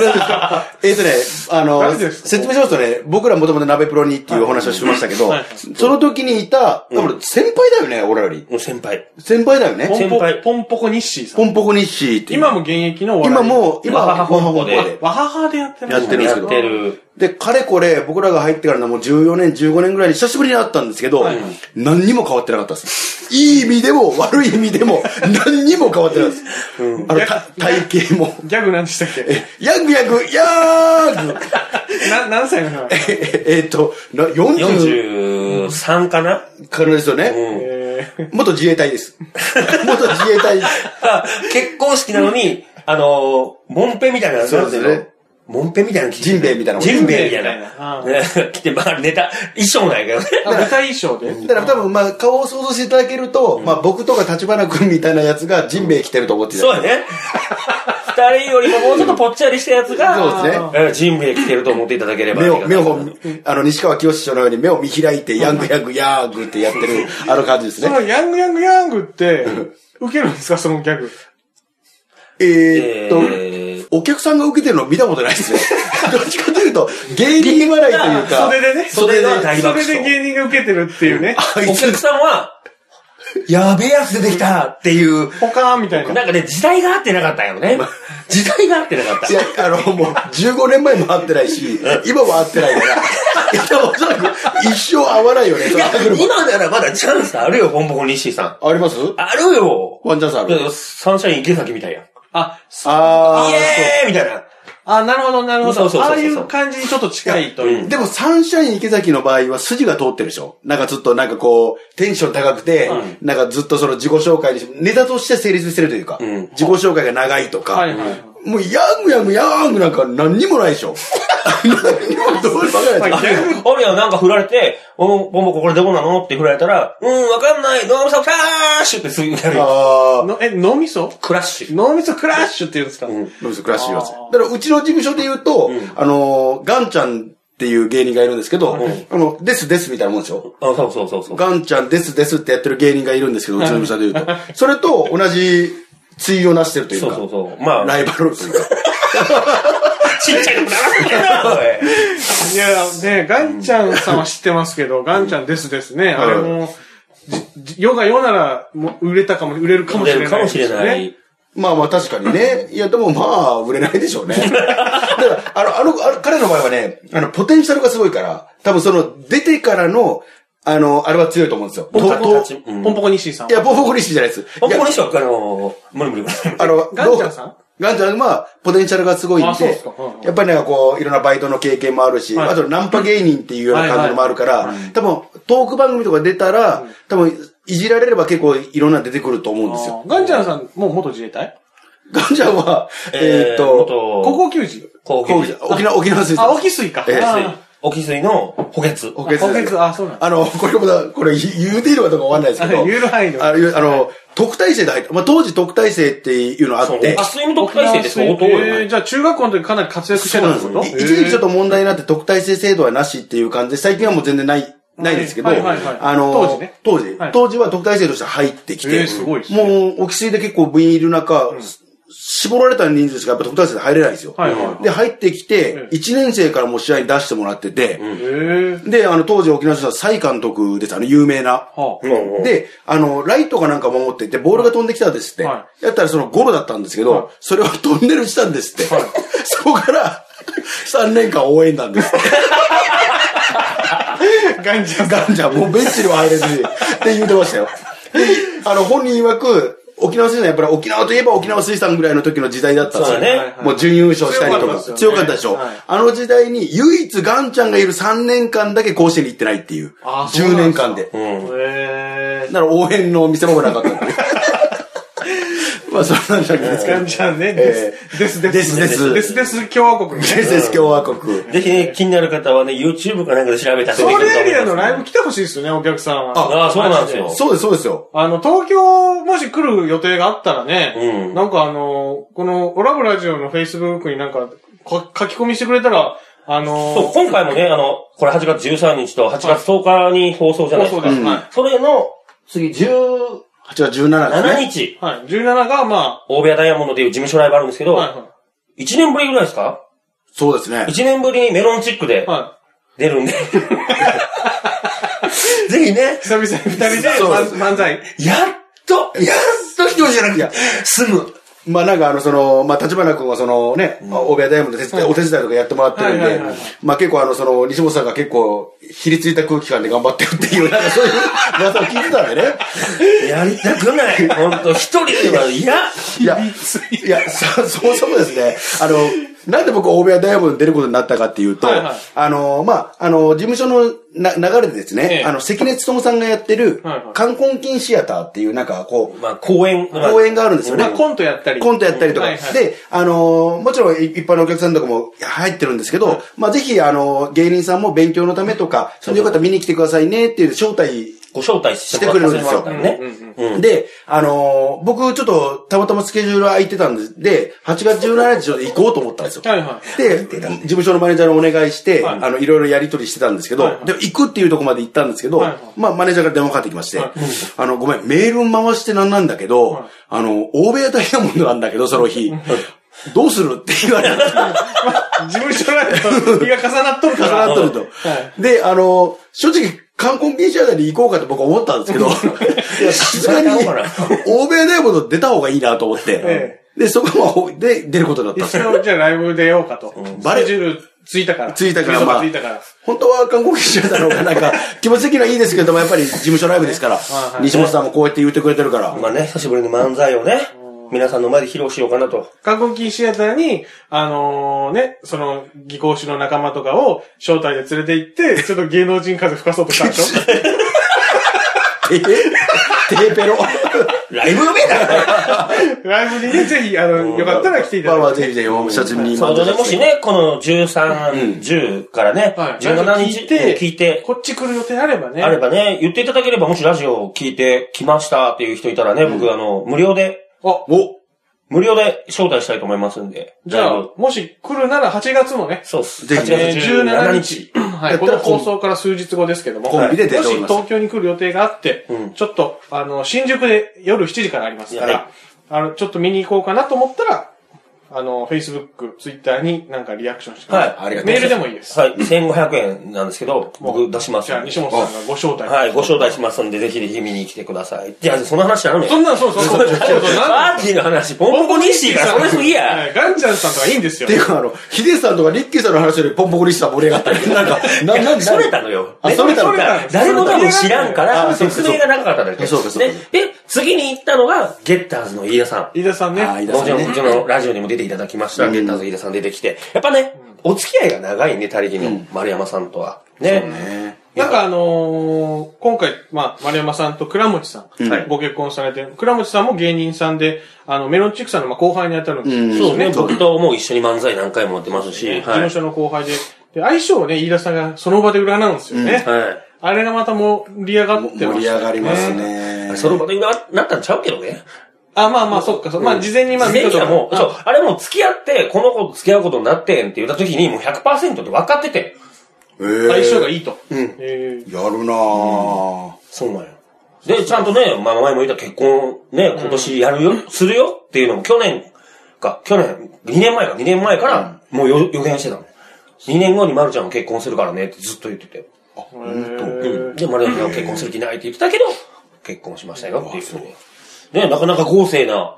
Speaker 2: とね、あの、
Speaker 3: 誰ですか
Speaker 2: 説明しますとね、僕らもともと鍋プロにっていうお話をしましたけど、
Speaker 3: はい
Speaker 2: その時にいた、多分先輩だよね、俺らより。
Speaker 1: もう先輩。
Speaker 2: 先輩だよね。
Speaker 1: 先
Speaker 3: ポン
Speaker 1: 輩
Speaker 3: ポポンポコ日誌さ
Speaker 2: ポ
Speaker 3: ん。
Speaker 2: ンポコニッシーっていう。
Speaker 3: 今も現役のお笑い
Speaker 2: 今もう、今、
Speaker 1: わはは
Speaker 2: わは
Speaker 1: 本舗で
Speaker 2: 本舗で。
Speaker 3: わははでやってる
Speaker 2: やってるんですけ
Speaker 1: や
Speaker 2: ど
Speaker 1: ってる。
Speaker 2: で、かれこれ、僕らが入ってからのもう14年、15年ぐらいに久しぶりに会ったんですけど、何にも変わってなかったです。いい意味でも、悪い意味 でも、何にも変わってないです。あの、た体型も。
Speaker 3: ギャグなんでしたっけ
Speaker 2: ヤングヤング、ヤーグ
Speaker 3: な、何歳の人なの
Speaker 2: ええっと、な40
Speaker 1: 43かな
Speaker 2: からですよね。
Speaker 1: うん。
Speaker 3: えー
Speaker 2: 元自衛隊です。元自衛隊です。
Speaker 1: 結婚式なのに、あの、モンペみたいな、
Speaker 2: そうですね
Speaker 1: なんていの。モンペみたいな
Speaker 2: ジンベエみたいなもん
Speaker 1: ジンベエみたい
Speaker 3: ジンベエみたい
Speaker 1: な
Speaker 3: な。
Speaker 1: ね 来て、まあネタ、衣装なんやけどね。
Speaker 3: あ舞台衣装で。
Speaker 2: だから多分、まあ、顔を想像していただけると、まあ、僕とか立花君みたいなやつがジンベエ着てると思ってた
Speaker 1: そうやね。二人よりももうちょっとぽっちゃりしたやつが、
Speaker 2: そうですね。
Speaker 1: えジンベエ着てると思っていただければあ
Speaker 2: 目
Speaker 1: りがた
Speaker 2: を、
Speaker 1: い。
Speaker 2: 目を、あの、西川清師匠のように目を見開いて、ヤングヤングヤーグってやってる、あの感じです
Speaker 3: そ
Speaker 2: ね。
Speaker 3: のヤングヤングヤングって、受けるんですかそのギャグ。
Speaker 2: えーっと、
Speaker 1: えー
Speaker 2: お客さんが受けてるの見たことないですね。どっちかというと、芸人笑いというか、
Speaker 3: 袖でね。
Speaker 2: そ
Speaker 1: 袖
Speaker 2: れで
Speaker 1: で大
Speaker 3: そ
Speaker 1: 爆
Speaker 3: れで
Speaker 1: 笑。
Speaker 3: 芸人が受けてるっていうね。
Speaker 2: あ
Speaker 1: お
Speaker 2: い
Speaker 1: 客
Speaker 2: つ、
Speaker 1: さんは、やべえやつ出てきたっていう、
Speaker 3: ポカーンみたいな。
Speaker 1: なんかね、時代が合ってなかったんやろね。時代が合ってなかった
Speaker 2: い。や、あの、もう、15年前も会ってないし、今も会ってないから、多分おそらく一生会わないよね、そ
Speaker 1: い
Speaker 2: の
Speaker 1: や
Speaker 2: 歯車、
Speaker 1: 今ならまだチャンスあるよ、ボンボコ西井さん。
Speaker 2: あります
Speaker 1: あるよ。
Speaker 2: ワンチャンスある。
Speaker 1: サンシャイン池崎みたいやん。
Speaker 3: あ、
Speaker 2: あ
Speaker 1: イ
Speaker 2: ー、そう
Speaker 1: エーイみたいな。
Speaker 3: あ、なるほど、なるほ
Speaker 1: そうそう
Speaker 3: ど。
Speaker 1: そう
Speaker 3: あ
Speaker 1: そう
Speaker 3: あいう感じにちょっと近いという。
Speaker 2: でも、サンシャイン池崎の場合は筋が通ってるでしょなんかずっとなんかこう、テンション高くて、なんかずっとその自己紹介にし、ネタとして成立してるというか、
Speaker 1: ん
Speaker 2: 自己紹介が長いとか、
Speaker 3: はいはい。
Speaker 2: もうヤングヤングヤングなんか何にもないでしょ何にもどうにもないでしょ
Speaker 3: はい
Speaker 1: あれや、なんか振られて、おボンボコこれどこなのって振られたら、うん、わかんない、ノームサクラッシュってすぐやるよ。
Speaker 2: あー
Speaker 3: のえ、脳みそ
Speaker 1: クラッシュ。
Speaker 3: 脳みそクラッシュって言うんですか、
Speaker 2: どうですクラッシュ言わせ。だから、うちの事務所で言うと、あのー、ガンちゃんっていう芸人がいるんですけど、あの、ですですみたいなもんでしょ
Speaker 1: あ、そうそうそうそう。
Speaker 2: ガンちゃんですですってやってる芸人がいるんですけど、うちの事務所で言うと。それと同じ対をなしてるという
Speaker 1: そう
Speaker 2: か。
Speaker 1: そうそう。まあ、
Speaker 2: ライバルというか。
Speaker 1: ちっちゃいとこならんけどな、
Speaker 3: いや、ね、ガンちゃんさんは知ってますけど、ガンちゃんですですね。あれも、じじ世が世なら、もう売れたかも、売れるかも
Speaker 1: お
Speaker 3: し
Speaker 1: い。
Speaker 3: れ
Speaker 1: 売
Speaker 3: な
Speaker 1: れるか
Speaker 3: い。
Speaker 1: もしれない。。
Speaker 2: まあまあ確かにね。いや、でもまあ、売れないでしょうね。だから、あの、あの、あの彼の場合はね、あの、ポテンシャルがすごいから、多分その、出てからの、あの、あれは強いと思うんですよ。
Speaker 1: ポンポコ
Speaker 2: と
Speaker 1: た
Speaker 2: う
Speaker 1: ち
Speaker 2: とう
Speaker 1: うん
Speaker 3: ポンポコ西さん
Speaker 2: い
Speaker 3: は。
Speaker 2: や、ポンポコリッシーじゃないです。
Speaker 1: ボン
Speaker 2: いや
Speaker 1: ボコ西は、あの、無理無理無理。
Speaker 2: あの、
Speaker 3: ガンちゃんさん
Speaker 2: ガンちゃんは、ポテンシャルがすごいん
Speaker 3: あそうで
Speaker 2: です
Speaker 3: かうんうん、
Speaker 2: やっぱりなんかこう、いろんなバイトの経験もあるし、
Speaker 3: はい
Speaker 2: あとナンパ芸人っていうような感じのもあるから、多分、トーク番組とか出たら、多分、いじられれば結構いろんな出てくると思うんですよ
Speaker 3: あ。ーガンちゃんさん、もう元自衛隊
Speaker 2: ガンちゃんは、えーっ
Speaker 1: 元
Speaker 2: と、
Speaker 3: 高校球児
Speaker 1: 高
Speaker 2: こ
Speaker 1: 校
Speaker 2: うじゃ沖縄、沖縄水
Speaker 3: あ、
Speaker 2: 産。
Speaker 3: 沖水か。
Speaker 2: ええ
Speaker 3: あ
Speaker 1: 水
Speaker 3: ー
Speaker 1: 沖水の補欠。
Speaker 2: 補
Speaker 3: あ
Speaker 2: 欠です
Speaker 3: 補欠、あ、そうなんだ。
Speaker 2: あの、これもだ、これ言うていいのかどうかわかんないですけ
Speaker 3: あ
Speaker 2: ど。
Speaker 3: 言える範囲で
Speaker 2: あの、あの特待生で入った。まあ、当時特待生っていうのあ
Speaker 1: そう
Speaker 2: っ
Speaker 1: 沖
Speaker 2: て。
Speaker 1: 水の特待生って相当よ
Speaker 3: えー
Speaker 1: ね。
Speaker 3: じゃあ中学校の時かなり活躍してたんです
Speaker 2: い一時期ちょっと問題になって特待生制度はなしっていう感じで、最近はもう全然ない、ないですけど、
Speaker 3: はいはいはい
Speaker 2: あの、
Speaker 3: 当時ね
Speaker 2: 当時、
Speaker 3: はい
Speaker 2: 当時は特待生として入ってきて、
Speaker 3: えーすごいですね
Speaker 2: もう、沖水で結構部員いる中、絞られた人数しかやっぱ特待生で入れないんですよ。
Speaker 3: はいはい
Speaker 2: で、入ってきて
Speaker 3: え、え
Speaker 2: 1年生からもう試合に出してもらってて、
Speaker 3: えー、
Speaker 2: で、あの、当時沖縄市は蔡監督です、あの、有名な。
Speaker 3: はあ。
Speaker 1: うんうん
Speaker 2: で、あの、ライトかなんか守っていて、ボールが飛んできたんですって。
Speaker 3: は
Speaker 2: やったらそのゴロだったんですけど、
Speaker 3: はい
Speaker 2: それをトンネルしたんですって。
Speaker 3: はい
Speaker 2: そこから、3年間応援なんですって。
Speaker 3: ガンちゃんさん。
Speaker 2: ガンちゃん、もうベンチにも入れずに、って言うてましたよ。であの、本人曰く、沖縄水産、やっぱり沖縄といえば沖縄水産ぐらいの時の時代だったんですよ。
Speaker 1: そうだね
Speaker 3: はいはい
Speaker 2: もう準優勝したりとか、強か
Speaker 3: 強か
Speaker 2: っ
Speaker 3: ったた
Speaker 2: で
Speaker 3: で
Speaker 2: し
Speaker 3: す
Speaker 2: ょ、
Speaker 3: よねはい
Speaker 2: あの時代に唯一ガンちゃんがいる3年間だけ甲子園に行ってないっていう。
Speaker 3: あそう
Speaker 2: 10
Speaker 3: なん
Speaker 2: 年
Speaker 3: ですか
Speaker 2: 間で。
Speaker 3: えー
Speaker 2: だから応援の店もなかったっていう まあ、そんなんじゃないですけ
Speaker 3: ガ
Speaker 2: ど
Speaker 3: ン。ちゃんね、
Speaker 2: え
Speaker 3: です、です、
Speaker 2: ですです
Speaker 3: です、です、共和国ね。
Speaker 2: 建設共和国。
Speaker 1: ぜひね、気になる方はね、YouTube かなんかで調べたら出
Speaker 3: ソ
Speaker 1: てく
Speaker 3: ウ
Speaker 1: る
Speaker 3: ル
Speaker 1: と
Speaker 3: エ
Speaker 1: 思
Speaker 3: リ
Speaker 1: いま
Speaker 3: ア
Speaker 1: す
Speaker 3: のライブ来てほしいですよね、お客さんは。
Speaker 1: ああそうなんですよ
Speaker 2: そうです、そうですよ。
Speaker 3: あの、東京、もし来る予定があったらね、
Speaker 1: うん
Speaker 3: なんかあの、この、オラブラジオの Facebook になんか、か書き込みしてくれたら、あの
Speaker 1: そう、今回もね、あの、これ8月13日と8月10日に放送じゃないですか。
Speaker 3: 放送です
Speaker 2: はい
Speaker 1: それの、次17
Speaker 2: 8月17ですね。
Speaker 1: 日、
Speaker 3: はい。17が、ま
Speaker 1: 大部屋ダイヤモンドでいう事務所ライブあるんですけ
Speaker 3: あ、
Speaker 1: ど、
Speaker 3: はいは
Speaker 1: 1年ぶりぐらいですか
Speaker 2: そうですね。
Speaker 1: ?1 年ぶりにメロンチックで
Speaker 3: い。は
Speaker 1: 出るんで。ぜひね
Speaker 3: い。、久々に二人で
Speaker 2: そうです
Speaker 3: 漫漫才。
Speaker 1: やっと、
Speaker 2: やっと一人じゃなくて。
Speaker 1: 済む。
Speaker 2: まあなんかあの、その、まあ、立花君はそのね、大部屋ダイヤモンドで手伝いお手伝いとかやってもらってるん
Speaker 3: はいはい
Speaker 2: で
Speaker 3: はいはい、
Speaker 2: まあ結構あの、その、西本さんが結構、ひりついた空気感で頑張ってるっていう、なんかそう いう噂を聞いてたんでね。
Speaker 1: やりたくない。ほんと、一人では、いや、
Speaker 2: いや、いや、そ、 そもそもですね、あの、なんで僕、大部屋ダイヤモンドに出ることになったかっていうと、
Speaker 3: はいはい
Speaker 2: あの、まあ、あの、事務所のな流れでです
Speaker 3: え
Speaker 2: ね、
Speaker 3: え
Speaker 2: あの、関根勤さんがやってる
Speaker 3: はいはい、
Speaker 2: 冠婚金シアターっていう、なんかこう、
Speaker 1: まあ、公演、まあ
Speaker 2: 公演があるんですよね
Speaker 3: まあ、。コントやったり。
Speaker 2: コントやったりとか。
Speaker 3: はいはい
Speaker 2: で、あのーもちろんい一般のお客さんとかも入ってるんですけど、まあぜひ、あのー芸人さんも勉強のためとか、それでよかったら見に来てくださいねっていう招待。
Speaker 1: ご招待してもらった
Speaker 2: してくれ
Speaker 1: んで
Speaker 2: る
Speaker 1: すよ。ね。うんうん
Speaker 2: で、あのー僕ちょっとたまたまスケジュール空いてたんですで、8月17日ちょっと行こうと思ったんですよ。
Speaker 3: はいは
Speaker 2: で、事務所のマネージャーにお願いして、
Speaker 3: はい
Speaker 2: あの、いろいろやり取りしてたんですけど、
Speaker 3: はいはい
Speaker 2: でも行くっていうとこまで行ったんですけど、
Speaker 3: はいはい
Speaker 2: まあ、マネージャーから電話かかってきまして、
Speaker 3: はい
Speaker 2: あの、ごめん、メール回してなんなんだけど、
Speaker 3: はい
Speaker 2: あの、大部屋ダイヤモンドなんだけど、その日、どうするって言われて、
Speaker 3: い。事務所ライブと日が重なっとるか
Speaker 2: 重
Speaker 3: ら。
Speaker 2: なっとると。で、あの、正直、観光禁止あたり行こうかと僕は思ったんですけど、いやさすがに、
Speaker 1: それは
Speaker 2: 大部屋ダイヤモンド出た方がいいなと思って、
Speaker 3: え
Speaker 2: で、そこは、で、出ることになったんです
Speaker 3: 一応、じゃあライブ出ようかと。
Speaker 2: バレ
Speaker 3: スケジュールついたから。
Speaker 2: ついたから
Speaker 3: みそ
Speaker 2: まあ
Speaker 3: ついたから。
Speaker 2: 本当は観光記者だろうが、なんか、気持ち的にはいいですけども、やっぱり事務所ライブですから
Speaker 3: はいは、い
Speaker 2: 西本さんもこうやって言ってくれてるから、
Speaker 1: まあね、久しぶりに漫才をね、皆さんの前で披露しようかなと。
Speaker 3: 韓国金シアターに、あのね、その、技工士の仲間とかを招待で連れて 行って、ちょっと芸能人風吹かそうとしたでしょ
Speaker 2: えテーペロ。
Speaker 1: ライブの目だ
Speaker 3: ライブにね、ぜひ、あの、よかったら来ていた
Speaker 2: ま
Speaker 3: だ
Speaker 2: あま
Speaker 3: き
Speaker 2: あ、ぜひぜひ、お写真に
Speaker 1: そうでもしね、この13、
Speaker 2: うん
Speaker 1: 10からね、
Speaker 3: はい
Speaker 1: 17日
Speaker 3: 聞いて
Speaker 1: 聞いて、
Speaker 3: こっち来る予定あればね。
Speaker 1: あればね、言っていただければ、もしラジオを聞いてきましたっていう人いたらね、僕、あの、無料で、
Speaker 3: あ、
Speaker 2: お
Speaker 1: 無料で招待したいと思いますんで。
Speaker 3: じ
Speaker 1: ラ
Speaker 3: ゃ
Speaker 1: イ
Speaker 3: あ
Speaker 1: ブ、
Speaker 3: もし来るなら8月のね、
Speaker 1: そうっす。
Speaker 2: ぜひね
Speaker 1: 8
Speaker 3: えー
Speaker 1: 月17
Speaker 3: 17
Speaker 1: 日
Speaker 3: 日。。 はい、この放送から数日後ですけども。
Speaker 2: コンビで出ております
Speaker 3: もし東京に来る予定があって、
Speaker 1: うん
Speaker 3: ちょっと、あの、新宿で夜7時からありますから、
Speaker 1: はい
Speaker 3: あの、ちょっと見に行こうかなと思ったら、あの、Facebook、Twitter になんかリアクションしてください。
Speaker 1: はい
Speaker 2: ありがとう
Speaker 3: メ
Speaker 2: ご
Speaker 3: ー
Speaker 2: ざい
Speaker 3: ルでもいいです。
Speaker 1: はい、1500円なんですけど、僕出します
Speaker 3: じゃあ、
Speaker 1: んで。
Speaker 3: 西本さんがご招待。
Speaker 1: はい、ご招待しますんで、ぜひぜひ見に来てください。じゃあ、その話なのね。
Speaker 3: そんなん、そうそ うそう。そうそうそうなん
Speaker 1: パーティーの話、ポンポコニッシーが、それもいい
Speaker 3: は
Speaker 1: や。
Speaker 3: いガンちゃんさんとかいいんですよ
Speaker 2: ってい。うか、あの、ヒデさんとかリッキーさんの話よりポンポコリッシさん盛り上がってる。なんか、な、な、な
Speaker 1: それたのよ。
Speaker 2: あ、
Speaker 1: ね
Speaker 2: それたの
Speaker 3: それたの
Speaker 1: 誰も多分知らんから、
Speaker 2: あそうか
Speaker 1: 説明がなかっただけ。
Speaker 2: そうかそうか
Speaker 1: でで、次に行ったのが、ゲッターズの飯田さん。
Speaker 3: 飯田さんね。
Speaker 2: あー飯田
Speaker 1: も
Speaker 2: さ
Speaker 1: ちろ
Speaker 2: ん
Speaker 1: ん、
Speaker 2: ね
Speaker 1: うちのラジオにも出ていただきました。
Speaker 2: うん
Speaker 1: ゲッターズ飯田さん出てきて。やっぱね、お付き合いが長いね、他力の丸山さんとは。ね。
Speaker 2: ね
Speaker 3: なんかあのー今回、まあ、丸山さんと倉持さん、
Speaker 1: はい
Speaker 3: ご結婚されて、倉持さんも芸人さんで、あの、メロンチックさんのまあ後輩に当たるんですよ
Speaker 2: うん
Speaker 1: そうね、
Speaker 2: そう
Speaker 1: 僕ともう一緒に漫才何回もやってますし。
Speaker 3: 事
Speaker 1: はい
Speaker 3: 務。所の後輩で。で、相性をね、飯田さんがその場で占うんですよね。
Speaker 1: はい。
Speaker 3: あれがまた盛り上がってました、ね。
Speaker 2: 盛り上がります。ね。
Speaker 1: その場でななったんちゃうけどね。
Speaker 3: あ、まあまあ、そっか。そまあ、事前にまあ、
Speaker 1: 事前にはもう、
Speaker 3: あ
Speaker 1: そう、あれもう付き合って、この子と付き合うことになってんって言った時に、もう100%で分かってて。
Speaker 2: えー
Speaker 3: 相性がいいと。うんえ
Speaker 2: やるなぁ。
Speaker 1: そうなんよ。で、ちゃんとね、まあ、前も言った結婚ね、今年やるよ、するよっていうのも去年か、去年、2年前か、2年前から、もうよ予言してたの。2年後にまるちゃんも結婚するからねってずっと言ってて。
Speaker 3: え
Speaker 1: うん。で、まるちゃんも結婚する気ないって言ってたけど、結婚しましたよっていうふうに。ね、なかなか豪勢な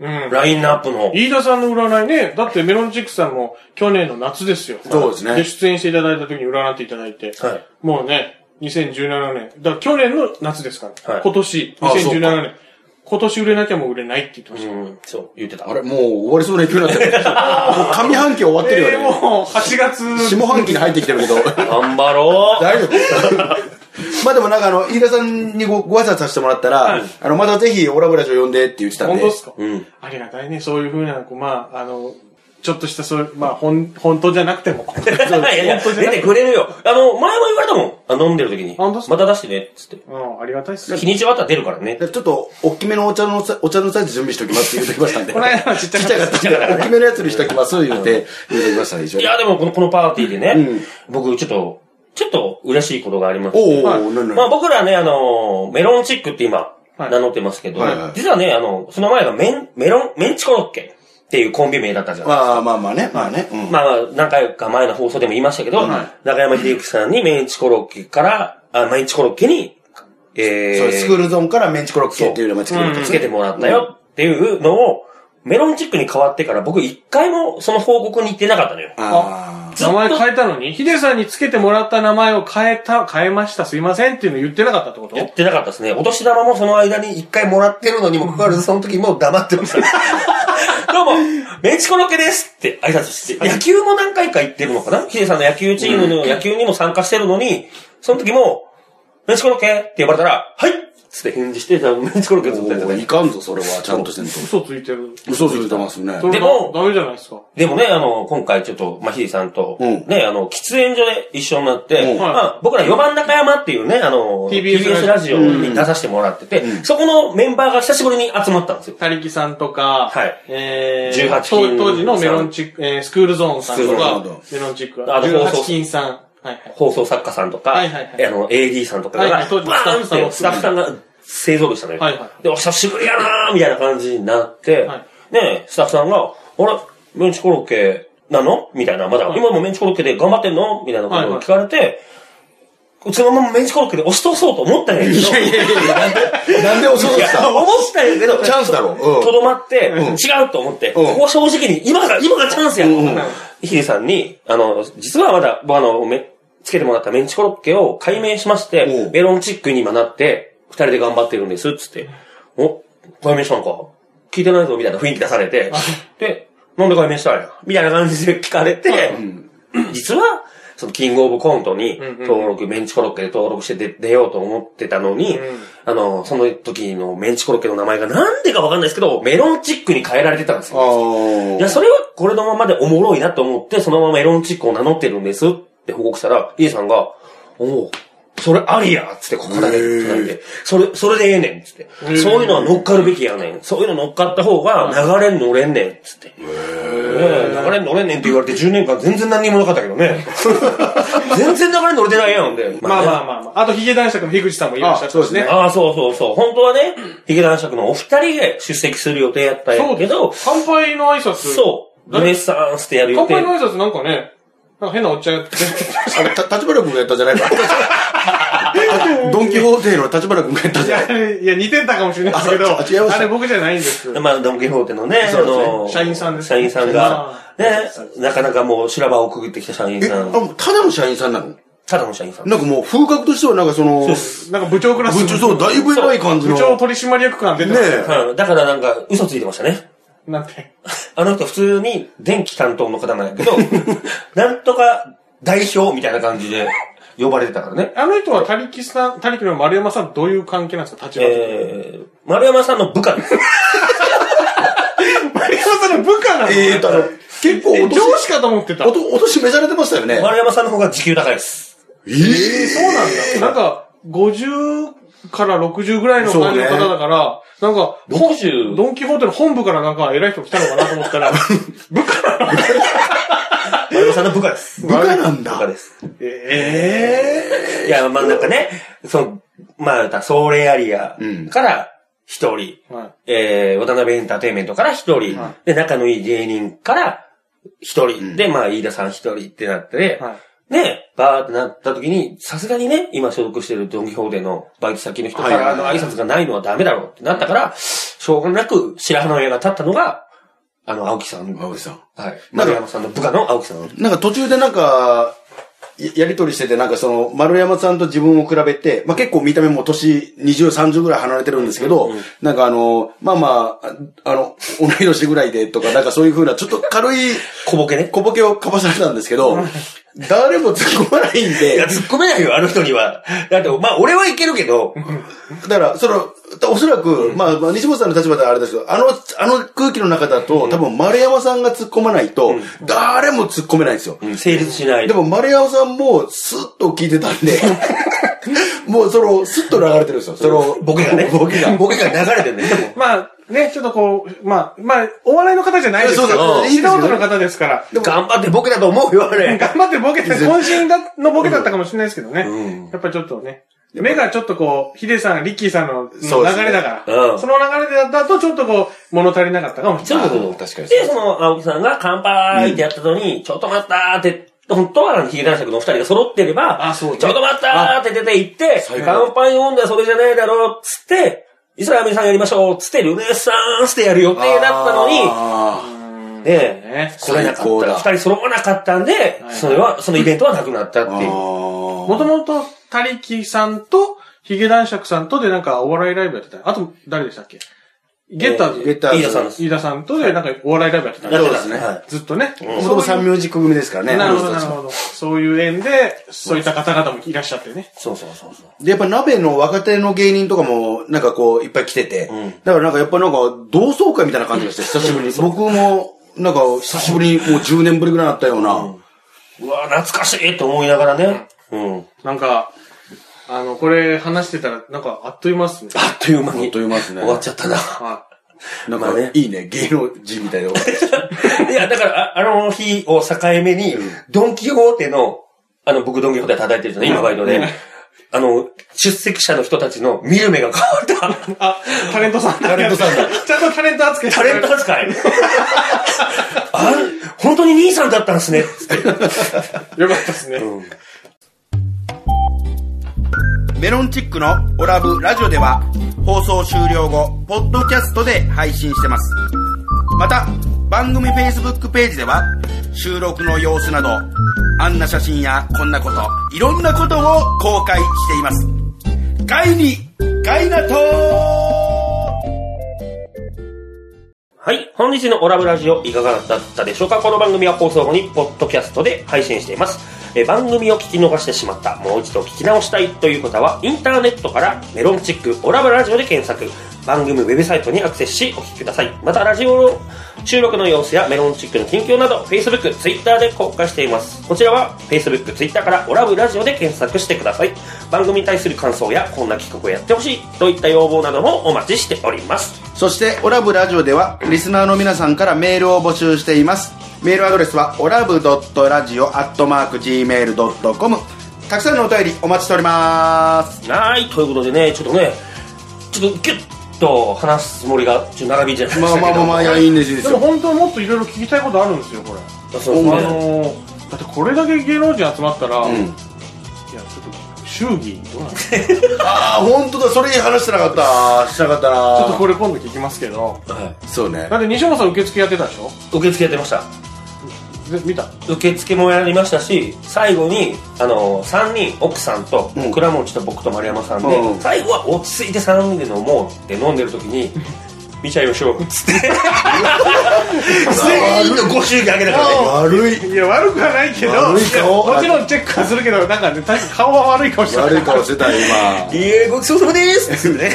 Speaker 3: うん。
Speaker 1: ラインナップの。
Speaker 3: 飯田さんの占いね、だってメロンチックさんも去年の夏ですよ。
Speaker 2: そうですね
Speaker 3: で、出演していただいた時に占っていただいて。
Speaker 1: はい
Speaker 3: もうね、2017年。だから去年の夏ですから。
Speaker 1: はい
Speaker 3: 今年、
Speaker 2: あそうか
Speaker 3: 2017年。今年売れなきゃもう売れないって言ってまし
Speaker 1: う
Speaker 3: た。
Speaker 1: ん、そう、言ってた。
Speaker 2: あれ、もう終わりそうな勢いになってる。もう上半期終わってるよ
Speaker 3: えー
Speaker 2: ね。
Speaker 3: もう8月。
Speaker 2: 下半期に入ってきてるけど。
Speaker 1: 頑張ろう。
Speaker 2: 大丈夫まあでもなんかあの、飯田さんにごご挨拶させてもらったら、あの、またぜひオラブラジオ呼んでって言ってたん
Speaker 3: 本
Speaker 2: で。
Speaker 3: 当ですか
Speaker 1: うん。
Speaker 3: ありがたいね。そういうふうな、こうまあ、あの、ちょっとした、そういう、まあ、本、本当じゃなくても。
Speaker 1: い やいや、出てくれるよ。あの、前も言われたもん。あ飲んでる時に。
Speaker 3: あ本当っすか
Speaker 1: また出してね、っつって。
Speaker 3: うん、ありがたいっす。
Speaker 1: 日にち終わったら出るからね。
Speaker 2: ちょっと、大きめのお茶のさ、お茶のサイズ準備しておきますって言うときましたんで。
Speaker 3: この間はちっちゃかった。
Speaker 2: 大きめのやつにしておきます言うて、言うときましたね、一
Speaker 1: い
Speaker 2: 緒に。
Speaker 1: や、でもこの、このパーティーでね、
Speaker 2: うん
Speaker 1: 僕、ちょっと、ちょっと嬉しいことがありまして。
Speaker 2: おお、
Speaker 3: まあ
Speaker 2: なん
Speaker 1: まあ
Speaker 2: なん。
Speaker 1: 僕らね、あのーメロンチックって今、
Speaker 3: はい
Speaker 1: 名乗ってますけど、
Speaker 2: はいはい
Speaker 1: 実はね、あの、その前がメン、メロン、メンチコロッケっていうコンビ名だったじゃん。
Speaker 2: まあまあまあね、まあね。うん
Speaker 1: まあ、何回か前の放送でも言いましたけど、中山秀幸さんにメンチコロッケから、あ、メンチコロッケに、え
Speaker 2: そ
Speaker 1: ー、
Speaker 2: れスクールゾーンからメンチコロッケっていうのがつけてもらったんで
Speaker 1: つ
Speaker 2: す
Speaker 1: け
Speaker 2: ね
Speaker 1: てもらったよっていうのを、メロンチックに変わってから僕一回もその報告に行ってなかったのよ。
Speaker 2: あ
Speaker 1: ずっ
Speaker 3: 名
Speaker 1: と
Speaker 3: 前変えたのに、ヒデさんにつけてもらった名前を変えた、変えました、すいませんっていうの言ってなかったってこと
Speaker 1: 言ってなかったですね。お年玉もその間に一回もらってるのにもかかわらず、その時もう黙ってました。どうも、メンチコロッケですって挨拶して、野球も何回か行ってるのかなヒデさんの野球チームの野球にも参加してるのに、その時も、メンチコロッケって呼ばれたら、はいっつって返事して、じゃあメンチコロッケずっとやって
Speaker 2: ー。
Speaker 1: た
Speaker 2: おーいかんぞ、それは、ちゃんとせんと。
Speaker 3: 嘘ついてる。
Speaker 2: 嘘ついてますね。
Speaker 3: それ
Speaker 1: でも
Speaker 3: ダメじゃないですか。
Speaker 1: でもね、あの、今回ちょっと、まあ、ヒデさんと、
Speaker 2: うん
Speaker 1: ね、あの、喫煙所で一緒になっ
Speaker 2: う
Speaker 1: て、
Speaker 2: ん
Speaker 1: まあ、僕ら4番中山っていうね、あの、
Speaker 3: TBS
Speaker 1: ラジオに出させてもらってて、そこのメンバーが久しぶりに集まったんですよ。
Speaker 3: たりきさんとか、
Speaker 1: はい
Speaker 3: えー、
Speaker 1: 18金
Speaker 3: 当時のメロンチック、えー、スクールゾーンさんと
Speaker 2: なる
Speaker 3: か
Speaker 2: ほど、
Speaker 3: メロンチック
Speaker 1: あ
Speaker 3: は、
Speaker 1: の放送
Speaker 3: 18金さん。はいはい。
Speaker 1: 放送作家さんとか、
Speaker 3: はいはいはい
Speaker 1: あの、AD さんとかが、
Speaker 3: はいはい当時の
Speaker 1: バーンっ
Speaker 3: スタッフさん
Speaker 1: て
Speaker 3: も
Speaker 1: スタッフさんが製造部したのよ。
Speaker 3: はいはい
Speaker 1: で、お久しぶりやなーみたいな感じになって、
Speaker 3: はい
Speaker 1: ね、スタッフさんが、あれ、メンチコロッケなのみたいな、まだ、
Speaker 3: はい
Speaker 1: 今もメンチコロッケで頑張ってんのみたいなことを聞かれて、うちのままメンチコロッケで押し通そうと思ったんやけど、
Speaker 2: なんで遅かっ
Speaker 1: いや
Speaker 2: た
Speaker 1: 思ったんやけど、
Speaker 2: チャンスだろ。
Speaker 1: と
Speaker 2: う
Speaker 1: どまって、
Speaker 2: ん
Speaker 1: 違うと思って、
Speaker 2: うん
Speaker 1: ここは正直に、今が、今がチャンスや
Speaker 2: うんうん
Speaker 1: ヒデさんに、あの、実はまだ、僕あの、め、つけてもらったメンチコロッケを解明しまして
Speaker 2: う、ん
Speaker 1: メロンチックに今なって、二人で頑張ってるんです、つって。お、解明したんか聞いてないぞ、みたいな雰囲気出されて、で、なんで解明したんやみたいな感じで聞かれて、 実は、そのキングオブコントに登録、メンチコロッケで登録して出出ようと思ってたのに、あの、その時のメンチコロッケの名前がなんでかわかんないですけど、メロンチックに変えられてたんですよ。
Speaker 2: ん。
Speaker 1: いや、それはこれのままでおもろいなと思って、そのままメロンチックを名乗ってるんですって報告したら、イエさんが、おうそれありやっつってここだけってなって、それ、それでええねんっつって。そういうのは乗っかるべきやねん。そういうの乗っかった方が流れに乗れんねんっつって。ねえ流れに乗れんねんって言われて10年間全然何にもなかったけどね。 全然流れに乗れてないやんで。
Speaker 3: まあ
Speaker 1: ね
Speaker 3: まあまあまあ。あと、ヒゲ男爵の樋口さんもいらっしゃった
Speaker 2: あそうですね
Speaker 1: ああ、そうそうそう。本当はね、ヒゲ男爵のお二人で出席する予定やったん
Speaker 3: そ
Speaker 1: や
Speaker 3: う
Speaker 1: け
Speaker 3: です
Speaker 1: ど、
Speaker 3: 乾杯の挨拶。
Speaker 1: そう、ルネッサンスでやる予
Speaker 3: 乾
Speaker 1: 定
Speaker 3: 杯。の挨拶なんかね、なんか変なおっちゃんやって。
Speaker 2: あれ、た立花君がやったんじゃないか。ドンキホーテの立花君がやったん
Speaker 3: い
Speaker 2: じゃない
Speaker 3: や、いや、似てたかもしれないですけど、
Speaker 2: あ違いました
Speaker 3: あれ僕じゃないんです。
Speaker 1: まあ、ドン・キホーテのね、あ
Speaker 2: そうですね
Speaker 1: の、
Speaker 3: 社員さんです
Speaker 1: 社員さんが、ね、なかなかもう修羅場をくぐってきた社員
Speaker 2: え、
Speaker 1: さ
Speaker 2: あ
Speaker 1: ん。
Speaker 2: もうただの社員さんなの
Speaker 1: ただの社員さん。
Speaker 2: なんかもう風格としてはなんかその、部
Speaker 3: なんか部長クラス。
Speaker 2: 長そう、だいぶ偉い感じの。
Speaker 3: 部長取締役感出て
Speaker 2: ね
Speaker 3: ます
Speaker 1: うん、だからなんか、嘘ついてましたね。
Speaker 3: なんて。
Speaker 1: あの人普通に電気担当の方なんやけ ど、なんとか代表みたいな感じで呼ばれてたからね。
Speaker 3: あの人はたりきさん、たりきの丸山さんどういう関係なんですか立場的に。
Speaker 1: えー、丸山さんの部下 です。
Speaker 3: 丸山さんの部下なの
Speaker 2: え。えーと、あの、結構
Speaker 3: え
Speaker 2: お年、
Speaker 3: 上司かと思ってた。
Speaker 2: おとお年召されてましたよね。
Speaker 1: 丸山さんの方が時給高いです。
Speaker 2: ええ
Speaker 3: そうなんだ。なんか、50から60ぐらいの感じの方だから、なんか、
Speaker 1: 60
Speaker 3: ドンキホーテの本部からなんか偉い人来たのかなと思ったら、部 下なの
Speaker 1: 丸山さんの部下です。
Speaker 2: 部下なん
Speaker 1: 部下
Speaker 2: だ。
Speaker 1: です。
Speaker 3: え
Speaker 1: いや、まあなんかね、その、まあ、ソーレアリア
Speaker 2: うん
Speaker 1: から一人、
Speaker 3: えはい。
Speaker 1: えー、渡辺エンターテインメントから一人、
Speaker 3: は
Speaker 1: で、仲のいい芸人から一人、で、まあ、飯田さん一人ってなって、
Speaker 3: はい
Speaker 1: ね、バーってなった時に、さすがにね、今所属してるドンキホーテのバイト先の人か
Speaker 2: はいは
Speaker 1: ら
Speaker 2: い
Speaker 1: の
Speaker 2: はい
Speaker 1: 挨拶がないのはダメだろうってなったから、しょうがなく白羽の矢が立ったのが、あの、青木さん。はい。
Speaker 2: 青木さん。
Speaker 1: 丸山さんの部下の青木さん。
Speaker 2: なんか途中でなんか、ややりとりしてて、なんかその、丸山さんと自分を比べて、まあ結構見た目も年20、30ぐらい離れてるんですけど、なんかあの、まあまあ、ああの、同い年ぐらいでとか、なんかそういうふうな、ちょっと軽い
Speaker 1: 小ボケね。
Speaker 2: 小ボケをかばされたんですけど、誰も突っ込まないん
Speaker 1: いや、
Speaker 2: で、
Speaker 1: 突っ込めないよ、あの人には。だって、まあ、俺はいけるけど、
Speaker 2: だから、その、おそらく、まあ、まあ西本さんの立場ではあれですけど、あの、あの空気の中だと、多分丸山さんが突っ込まないと、誰も突っ込めないんですよ。
Speaker 1: 成立しない。
Speaker 2: でも丸山さんもスッと聞いてたんで、もうその、スッと流れてるんですよ。その、
Speaker 1: ボケがね。
Speaker 2: ボケが。
Speaker 1: ボケが流れてるね。でも
Speaker 3: まあ、ね、ちょっとこう、まあ、まあ、お笑いの方じゃないです
Speaker 2: そ
Speaker 3: け
Speaker 2: う
Speaker 3: ど、
Speaker 2: そう
Speaker 3: 素人の方ですから、
Speaker 1: 頑張ってボケだと思うよ、あれ。
Speaker 3: 頑張ってボケて、渾身だのボケだったかもしれないですけどね。やっぱちょっとね。目がちょっとこう、ヒデさん、リッキーさんのの
Speaker 2: そうですね
Speaker 3: 流れだから、
Speaker 1: うん
Speaker 3: その流れだとちょっとこう、物足りなかったかもし
Speaker 1: ち
Speaker 3: れ
Speaker 1: ょっ
Speaker 3: ない。
Speaker 1: とこう
Speaker 2: 確かに
Speaker 1: で、その、青木さんが乾杯ってやったのに、ちょっと待ったーって、本当はヒゲ男爵のお二人が揃ってれば、
Speaker 3: あそうね
Speaker 1: ちょっと待ったーって出て行って、乾杯飲んだらそれじゃないだろうっつって、イスラミさんやりましょうっつって、ルネッサンスってやる予定だったのに、
Speaker 2: あ
Speaker 1: ねえ、
Speaker 3: ね。
Speaker 1: 来れなか
Speaker 2: 最高
Speaker 1: っ
Speaker 2: だ
Speaker 1: た。二人揃わなかったんで、それは、そのイベントはなくなったっていう。
Speaker 2: ー
Speaker 3: もともと、タリキさんと、ヒゲ男爵さんとでなんかお笑いライブやってた。あと、誰でしたっけゲッター
Speaker 2: ゲ
Speaker 3: ズ
Speaker 2: ッ。ター
Speaker 1: 飯
Speaker 2: ズ
Speaker 1: 田さんです。
Speaker 3: 飯田さんとでなんかお笑いライブやってた。
Speaker 1: やって
Speaker 2: で
Speaker 1: た
Speaker 2: すね
Speaker 1: はい
Speaker 3: ずっとね。
Speaker 2: もともと三名字組ですからね。
Speaker 3: なるほど、
Speaker 2: あの
Speaker 3: な
Speaker 2: 人
Speaker 3: る
Speaker 2: たち
Speaker 3: ほど。そういう縁で、そういった方々もいらっしゃってね。
Speaker 1: そうそうそうそう。
Speaker 2: で、やっぱ鍋の若手の芸人とかも、なんかこう、いっぱい来てて、だからなんかやっぱなんか、同窓会みたいな感じがして、久しぶりに。僕も、なんか、久しぶりに、もう10年ぶりぐらいになったような。
Speaker 1: うわ懐かしいと思いながらね。うん。
Speaker 3: なんか、あの、これ話してたら、なんかあっという間っすね。
Speaker 1: あっという間に。
Speaker 2: あっという間ですね
Speaker 1: 終わっちゃったな。
Speaker 3: は
Speaker 2: なん
Speaker 1: まあ
Speaker 2: か、
Speaker 1: ね
Speaker 2: いいね、芸能人みたいな。
Speaker 1: いや、だから、ああの日を境目に、ドンキホーテの、あの、僕ドンキホーテ叩いてるじゃない、今バイトで。あの、出席者の人たちの見る目が変わった。
Speaker 3: い。あ、タレントさんタ
Speaker 2: レントさんだ。
Speaker 3: ちゃんとタレント扱いして
Speaker 1: タ
Speaker 3: くれ
Speaker 1: レ
Speaker 3: る
Speaker 1: ント扱 い。あ本当に兄さんだったんですね。つって
Speaker 3: よかったっすね。
Speaker 4: メロンチックのオラブラジオでは放送終了後、ポッドキャストで配信してます。また、番組 Facebook ページでは収録の様子など、あんな写真やこんなこと、いろんなことを公開しています。ガイに、ガイナトー
Speaker 1: はい。本日のオラブラジオいかがだったでしょうかこの番組は放送後に、ポッドキャストで配信しています。えー番組を聞き逃してしまった、もう一度聞き直したいという方は、インターネットからメロンチックオラブラジオで検索、番組ウェブサイトにアクセスしお聞きください。また、ラジオの収録の様子やメロンチックの近況など、Facebook、Twitter で公開しています。こちらは、Facebook、Twitter からオラブラジオで検索してください。番組に対する感想や、こんな企画をやってほしいといった要望などもお待ちしております。
Speaker 2: そして、オラブラジオでは、リスナーの皆さんからメールを募集しています。メールアドレスは、オラブドットラジオアットマーク Gmail.com。たくさんのお便りお待ちしております。
Speaker 1: はい、ということでね、ちょっとね、ちょっとギュッと話すつもりが、ちょっと長引いちゃいま
Speaker 2: ま
Speaker 1: し
Speaker 2: あ
Speaker 1: たけど。
Speaker 2: まあまあまあ、いや、いいんですよいいんで
Speaker 3: ですも
Speaker 2: よ。
Speaker 3: 本当はもっといろいろ聞きたいことあるんですよ、これ。あ
Speaker 1: そうですね
Speaker 3: のー、だってこれだけ芸能人集まったら、いや、
Speaker 2: ん
Speaker 3: ちょっと、祝儀どうなんですかち
Speaker 2: ああ、本当だ、それ話してなかった。してなかったな。
Speaker 3: ょっとこれ今度聞きますけど。
Speaker 1: は
Speaker 2: そうね。
Speaker 3: だって西本さん受付やってたでしょ
Speaker 1: い、受付やってました。
Speaker 3: で見た
Speaker 1: 受付もやりましたし、最後に、あのー、3人、奥さんと
Speaker 2: うん、
Speaker 1: 倉持と僕と丸山さんで、
Speaker 2: うん
Speaker 1: 最後は落ち着いて3人で飲もうって飲んでる時に、見ちゃいましょう、つって。全員のご祝儀あげたからね。
Speaker 2: 悪い。
Speaker 3: いや、悪くはないけど、
Speaker 2: 悪い顔
Speaker 3: いやもちろんチェックはするけど、なんかね、確か顔は悪い顔してた。
Speaker 2: 悪い顔してた、今。
Speaker 1: いえ、ごちそうさまですっつってね。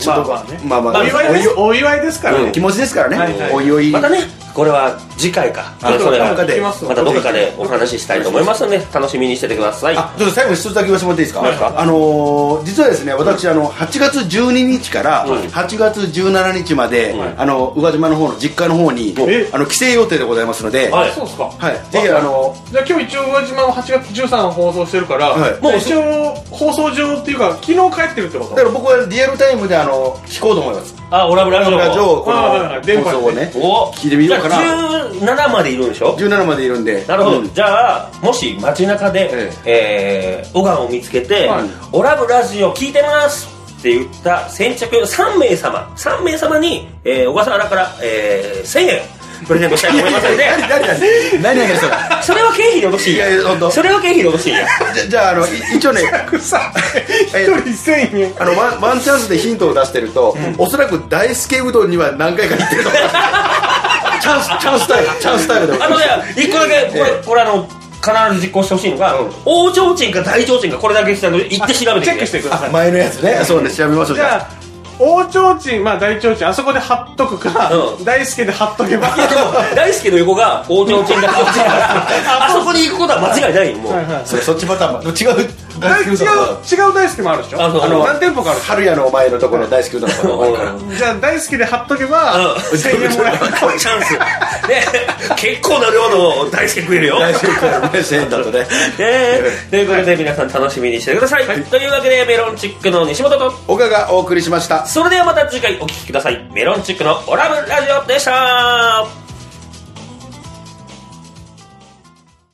Speaker 2: ちょっと、
Speaker 3: まあまあね
Speaker 2: まあまあ
Speaker 3: お祝いです。お祝いですから
Speaker 2: お
Speaker 3: ね。
Speaker 2: 気持ちですからね。
Speaker 3: はいはい
Speaker 2: おいおい。
Speaker 1: またね、これは次回か。
Speaker 2: あ
Speaker 1: それは
Speaker 2: どっかで
Speaker 3: 聞きますわ
Speaker 1: またどこかでお話ししたいと思いますので、楽しみにしててください。
Speaker 2: あ、ちょっと最後に一つだけ言わせてもらっていいですか。
Speaker 1: 何ですか
Speaker 2: あのー実はですね、私、あの、8月12日から8月17日まで、あの、宇和島の方の実家の方に
Speaker 3: え、
Speaker 2: あの、帰省予定でございますので、
Speaker 1: は
Speaker 2: はいい。
Speaker 3: そうっすか。
Speaker 2: ぜひ、あの、
Speaker 3: じゃあ今日一応宇和島を8月13放送してるから、
Speaker 2: はい
Speaker 3: もう一応放送上っていうか昨日帰ってるってこ
Speaker 2: だか
Speaker 3: と
Speaker 2: ら僕はリアルタイムで、あの、聞こうと思います。
Speaker 1: あ、オラブラジオ。
Speaker 2: ラジオ、この
Speaker 3: はいはいはい電
Speaker 2: 放
Speaker 3: 波
Speaker 2: 送をね、
Speaker 1: お
Speaker 2: 聞いてみようかな
Speaker 1: じゃあ17までいるんでしょ
Speaker 2: 17までいるんで。
Speaker 1: なるほど、
Speaker 2: うん
Speaker 1: じゃあもし街中で、えー、オガンを見つけて「
Speaker 3: はい
Speaker 1: オラブラジオ聞いてます」って言った先着3名様3名様に、えー、小笠原から、えー、1000円プレゼントしたいと思いますので
Speaker 2: 何何何何何それ
Speaker 1: それは経費でよろしい
Speaker 2: いやいや本当
Speaker 1: それは経費でよろしいや
Speaker 2: じゃじゃああのい一応ね
Speaker 3: くさ 一
Speaker 2: え
Speaker 3: 人1000円
Speaker 2: あのワンワンチャンスでヒントを出してると、おそらく大輔うどんには何回か行ってる と思うチャンスチャンスタイムチャンスタイムで
Speaker 1: あのね一個だけこれ、これあの必ず実行してほしいのが、大提灯か大提灯かこれだけしたので行って調べてく
Speaker 3: チェック
Speaker 1: れ
Speaker 3: してください
Speaker 2: 前のやつね。そうね、調べましょう。
Speaker 3: じゃあ大提灯まあ大提灯あそこで貼っとくか、
Speaker 1: うん
Speaker 3: 大輔で貼っとけば
Speaker 1: いや でも大輔の横が大提灯がこっちだから あそこに行くことは間違いないよもう、
Speaker 3: はいはい
Speaker 2: それ、そっちパターンも。違う。
Speaker 3: 大違う違
Speaker 2: う。
Speaker 3: う大輔もあるでしょ
Speaker 1: あそう
Speaker 3: の何店舗かあるでし
Speaker 2: 春屋のお前のところの大好き歌の方 が
Speaker 3: ょじゃあ大輔で貼っとけば
Speaker 1: うん
Speaker 3: 1000円もらえる
Speaker 1: これチャンスね結構な量の大輔食えるよ
Speaker 2: 大好き歌の1000円だとね。
Speaker 1: ねということで皆さん楽しみにしてください、というわけでメロンチックの西本と
Speaker 2: 岡がお送りしました。
Speaker 1: それではまた次回お聴きくださいメロンチックのオラブラジオでした